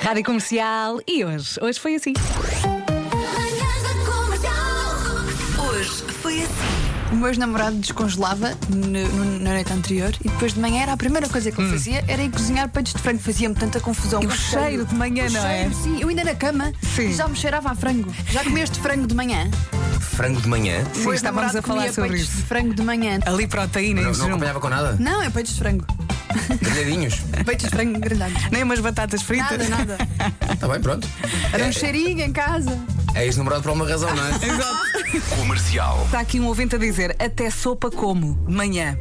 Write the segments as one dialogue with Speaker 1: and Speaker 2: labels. Speaker 1: Rádio Comercial e hoje, hoje foi assim.
Speaker 2: Manhãs da Comercial. Hoje foi assim.
Speaker 3: O meu namorado descongelava no- no- na noite anterior e depois de manhã era a primeira coisa que ele fazia era ir cozinhar peitos de frango. Fazia-me tanta confusão.
Speaker 1: Hum. E o
Speaker 3: Mas
Speaker 1: cheiro de manhã,
Speaker 3: o
Speaker 1: não é?
Speaker 3: cheiro, Sim, eu ainda na cama
Speaker 1: Sim.
Speaker 3: e já me cheirava a frango. Já comeste frango de manhã?
Speaker 4: Frango de manhã?
Speaker 3: O meu
Speaker 1: estávamos
Speaker 3: namorado
Speaker 1: a falar
Speaker 3: comia
Speaker 1: sobre
Speaker 3: peitos
Speaker 1: isso.
Speaker 3: de frango de manhã.
Speaker 1: Ali proteína em
Speaker 4: Não, não
Speaker 1: jejum.
Speaker 4: acompanhava com nada?
Speaker 3: Não, é peitos de frango.
Speaker 4: Grelhadinhos?
Speaker 3: Peitos de frango grelhados.
Speaker 1: Nem umas batatas
Speaker 3: Nada,
Speaker 1: fritas.
Speaker 3: nada.
Speaker 4: Está Tá bem, pronto.
Speaker 3: Era um cheirinho em casa.
Speaker 4: É ex-namorado por alguma razão, não é?
Speaker 5: Comercial.
Speaker 1: Está aqui um ouvinte a dizer, até sopa como, de manhã.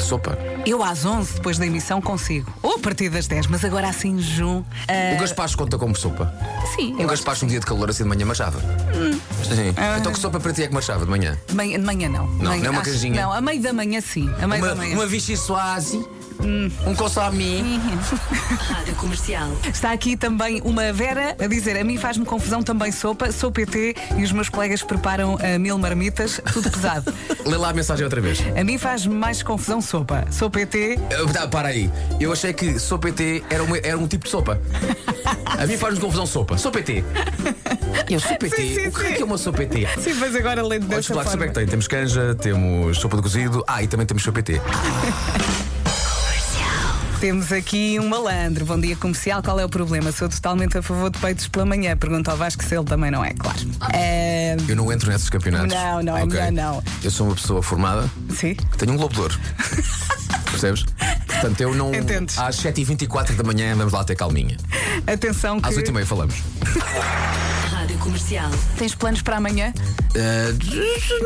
Speaker 4: Sopa.
Speaker 1: Eu às 11, depois da emissão, consigo. Ou a partir das 10, mas agora assim, jejum.
Speaker 4: O
Speaker 1: ah,
Speaker 4: gaspacho conta como sopa.
Speaker 1: sim,
Speaker 4: Um
Speaker 1: eu gosto.
Speaker 4: gaspacho um dia de calor assim de manhã marchava. Sim. Então que sopa para ti é que marchava de manhã?
Speaker 1: De manhã, de manhã não. De
Speaker 4: Não,
Speaker 1: manhã-
Speaker 4: não é uma
Speaker 1: acho-
Speaker 4: canjinha.
Speaker 1: Não, a meio da manhã sim. A meio
Speaker 4: Uma,
Speaker 1: da manhã.
Speaker 4: uma Vichy Suazi, um consami.
Speaker 2: Rádio Comercial.
Speaker 1: Está aqui também uma Vera a dizer: a mim faz-me confusão também sopa, sou PT e os meus colegas preparam ah, mil marmitas, tudo pesado.
Speaker 4: Lê lá a mensagem outra vez.
Speaker 1: a mim faz-me mais confusão sopa. Sou PT,
Speaker 4: Ah, tá, para aí. Eu achei que sopa PT era, uma- era um tipo de sopa. A mim faz-nos confusão sopa. Sopa PT. Eu sou PT.
Speaker 1: Sim, sim,
Speaker 4: o que é
Speaker 1: sim.
Speaker 4: que é uma sopa PT?
Speaker 1: sim, mas agora lendo
Speaker 4: Olha,
Speaker 1: dessa
Speaker 4: lá, que sopa é
Speaker 1: forma.
Speaker 4: que tem? Temos canja, temos sopa de cozido, ah, e também temos sopa PT.
Speaker 1: Temos aqui um malandro. Bom dia comercial, qual é o problema? Sou totalmente a favor de peitos pela manhã. Pergunta ao Vasco se ele também não é, claro. É,
Speaker 4: Eu não entro nesses campeonatos.
Speaker 1: Não, não, é
Speaker 4: Ok.
Speaker 1: melhor não.
Speaker 4: Eu sou uma pessoa formada
Speaker 1: sim.
Speaker 4: que tenho um globo de ouro. Percebes? Portanto, eu não.
Speaker 1: Entendes.
Speaker 4: Às 7h24 da manhã vamos lá ter calminha.
Speaker 1: Atenção que.
Speaker 4: Às 8h30 falamos.
Speaker 2: Rádio Comercial.
Speaker 1: Tens planos para amanhã?
Speaker 4: Eh,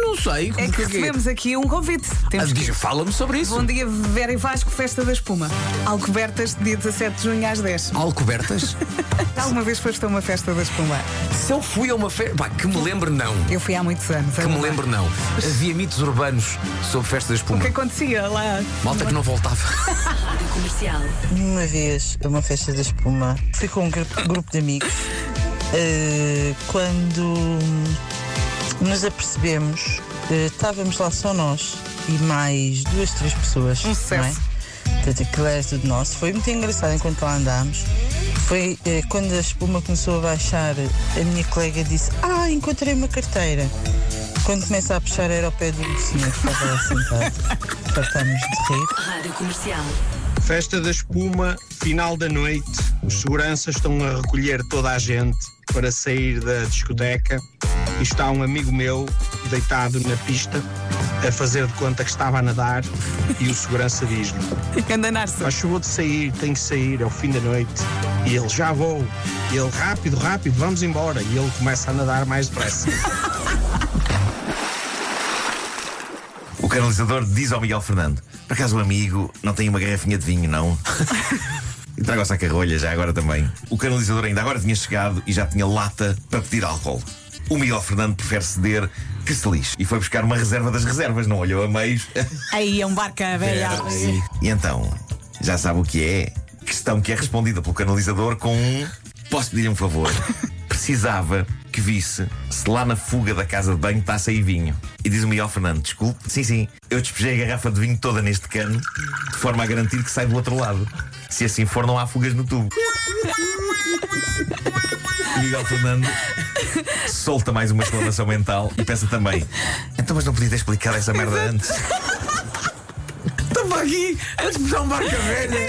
Speaker 4: não sei.
Speaker 1: É que
Speaker 4: o que é que é?
Speaker 1: recebemos aqui um convite.
Speaker 4: Ah,
Speaker 1: Temos
Speaker 4: diz, Fala-me sobre isso.
Speaker 1: Bom dia, Vera e Vasco, Festa da Espuma. Alcobertas, dia 17 de junho às 10.
Speaker 4: Alcobertas?
Speaker 1: Alguma vez foste a uma festa da espuma?
Speaker 4: Se eu fui a uma festa. Pá, que me lembre, não.
Speaker 1: Eu fui há muitos anos.
Speaker 4: Que me lembre, não. Havia mitos urbanos sobre festa da
Speaker 1: O
Speaker 4: espuma.
Speaker 1: que acontecia lá?
Speaker 4: Malta que não voltava.
Speaker 2: Rádio Comercial.
Speaker 6: Uma vez, a uma festa da espuma, fui com um gru- grupo de amigos eh, quando hum, nos apercebemos, eh, estávamos lá só nós e mais duas, três pessoas.
Speaker 1: Um sucesso.
Speaker 6: não é? Portanto, aquilo era tudo nosso. Foi muito engraçado enquanto lá andámos. Foi eh, quando a espuma começou a baixar, a minha colega disse: Ah, encontrei uma carteira. Quando começa a puxar, era o pé do senhor que estava lá sentado. Partámos de rir.
Speaker 2: Rádio Comercial.
Speaker 7: Festa da espuma, final da noite, os seguranças estão a recolher toda a gente para sair da discoteca e está um amigo meu deitado na pista a fazer de conta que estava a nadar e o segurança diz-lhe
Speaker 1: Enganar-se.
Speaker 7: mas chegou de sair, tem que sair, é o fim da noite. E ele, já vou. E ele, rápido, rápido, vamos embora. E ele começa a nadar mais depressa.
Speaker 5: O canalizador diz ao Miguel Fernando: Por acaso o amigo não tem uma garrafinha de vinho, não? E trago a sacarrolha já agora também. O canalizador ainda agora tinha chegado e já tinha lata para pedir álcool. O Miguel Fernando prefere ceder que se lixe. E foi buscar uma reserva das reservas, não olhou a meios.
Speaker 1: Aí é um barco a velha.
Speaker 5: E então, já sabe o que é? Questão que é respondida pelo canalizador com um. Posso pedir um favor? Precisava que visse se lá na fuga da casa de banho está a sair vinho. E diz o Miguel Fernando: desculpe, sim, sim, eu despejei a garrafa de vinho toda neste cano, de forma a garantir que sai do outro lado. Se assim for, não há fugas no tubo. O Miguel Fernando solta mais uma exclamação mental e pensa também: então, mas não podia ter explicado essa merda antes.
Speaker 4: Estava aqui a despejar um barco velha.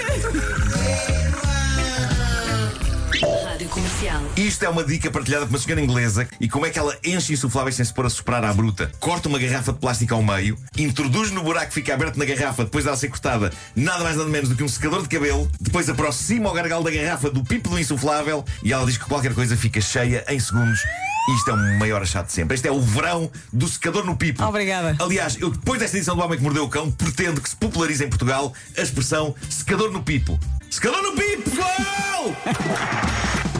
Speaker 2: Rádio Comercial.
Speaker 5: Isto é uma dica partilhada por uma senhora inglesa e como é que ela enche insufláveis sem se pôr a soprar à bruta. Corta uma garrafa de plástico ao meio, introduz no buraco que fica aberto na garrafa depois de ela ser cortada nada mais nada menos do que um secador de cabelo, depois aproxima o gargalo da garrafa do pipo do insuflável e ela diz que qualquer coisa fica cheia em segundos. E Isto é o maior achado de sempre. Este é o verão do secador no pipo.
Speaker 1: Obrigada.
Speaker 5: Aliás, eu depois desta edição do Homem que Mordeu o Cão, pretendo que se popularize em Portugal a expressão secador no pipo. Secador no pipo! pessoal!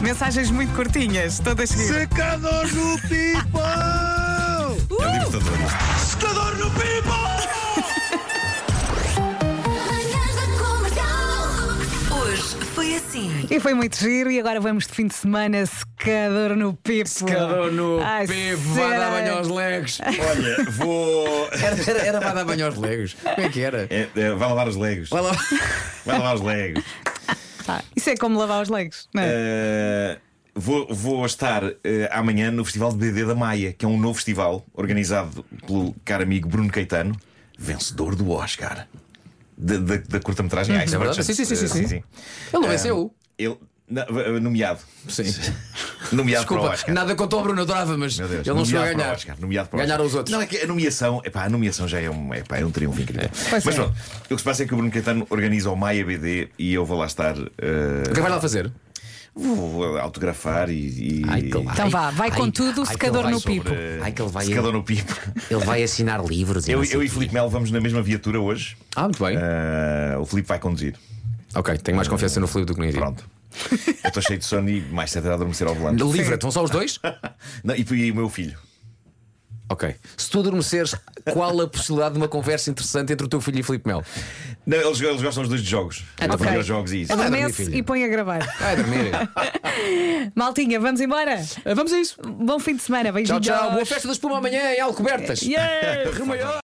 Speaker 1: Mensagens muito curtinhas, todas seguidas.
Speaker 7: Secador no pipo!
Speaker 5: É o libertador isto.
Speaker 7: Secador no pipo!
Speaker 2: Manhãs da Comercial. Hoje foi assim.
Speaker 1: E foi muito giro, e agora vamos de fim de semana secador no pipo.
Speaker 4: Secador no
Speaker 1: Ai,
Speaker 4: pipo, vai
Speaker 1: será?
Speaker 4: dar banho aos legos.
Speaker 5: Olha, vou.
Speaker 4: Era, era, era vai dar banho aos legos. Como é que era?
Speaker 5: É, é, vai lavar os legos.
Speaker 4: Vai lá.
Speaker 5: Vai lavar os legos.
Speaker 3: está.
Speaker 1: Isso é como lavar os legs, não é?
Speaker 5: Uh, vou, vou estar uh, amanhã no Festival de BD da Maia, que é um novo festival organizado pelo caro amigo Bruno Caetano, vencedor do Oscar da, da, da curta-metragem Ice
Speaker 4: é verdade.
Speaker 5: Merchant.
Speaker 4: Sim, sim, sim,
Speaker 5: Uh,
Speaker 4: sim, sim. Ele não venceu.
Speaker 5: Ele, na- uh, nomeado.
Speaker 4: Sim.
Speaker 5: Nomeado para o
Speaker 4: Desculpa,
Speaker 5: Oscar.
Speaker 4: nada contra o Bruno, adorava, mas
Speaker 5: Meu Deus,
Speaker 4: ele não chegou a
Speaker 5: nomeado para o
Speaker 4: ganhar.
Speaker 5: Oscar, nomeado para o
Speaker 4: Ganharam
Speaker 5: Oscar.
Speaker 4: os outros.
Speaker 5: Não, é que a nomeação, epá, a nomeação já é um, epá, é um triunfo incrível.
Speaker 1: Pois
Speaker 5: Mas
Speaker 1: é.
Speaker 5: pronto, o que se passa é que o Bruno Caetano organiza o Maia BD e eu vou lá estar. uh,
Speaker 4: O que vai lá fazer?
Speaker 5: vou, vou autografar e. e
Speaker 1: Então vá, vai com tudo, secador no pipo.
Speaker 5: eh,
Speaker 4: Ai, que ele vai-
Speaker 5: secador no pipo.
Speaker 4: Ele vai assinar livros.
Speaker 5: Eu, eu e Filipe Melo vamos na mesma viatura hoje.
Speaker 4: Ah, muito bem.
Speaker 5: Ah, o Filipe vai conduzir.
Speaker 4: Ok, tenho mais confiança no Filipe do que no É. Pronto.
Speaker 5: Pronto. Eu estou cheio de sono e mais cedo a adormecer ao volante.
Speaker 4: Livra-te, vão só os dois?
Speaker 5: Não, e, e o meu filho.
Speaker 4: Ok. Se tu adormeceres, qual a possibilidade de uma conversa interessante entre o teu filho e Filipe Mel?
Speaker 5: Não, eles, eles gostam os dois de jogos.
Speaker 4: Ah,
Speaker 5: Eles
Speaker 1: ok.
Speaker 5: vão aos jogos e isso.
Speaker 4: Adormece
Speaker 1: Adormece
Speaker 4: é filha.
Speaker 1: e põe a gravar.
Speaker 4: Vai dormir.
Speaker 1: Maltinha, vamos embora?
Speaker 4: Ah, Vamos a isso.
Speaker 1: Bom fim de semana, beijinhos.
Speaker 4: Tchau, tchau. Boa festa da espuma amanhã em Alcobertas.
Speaker 1: Yeah.
Speaker 4: Rio Maior.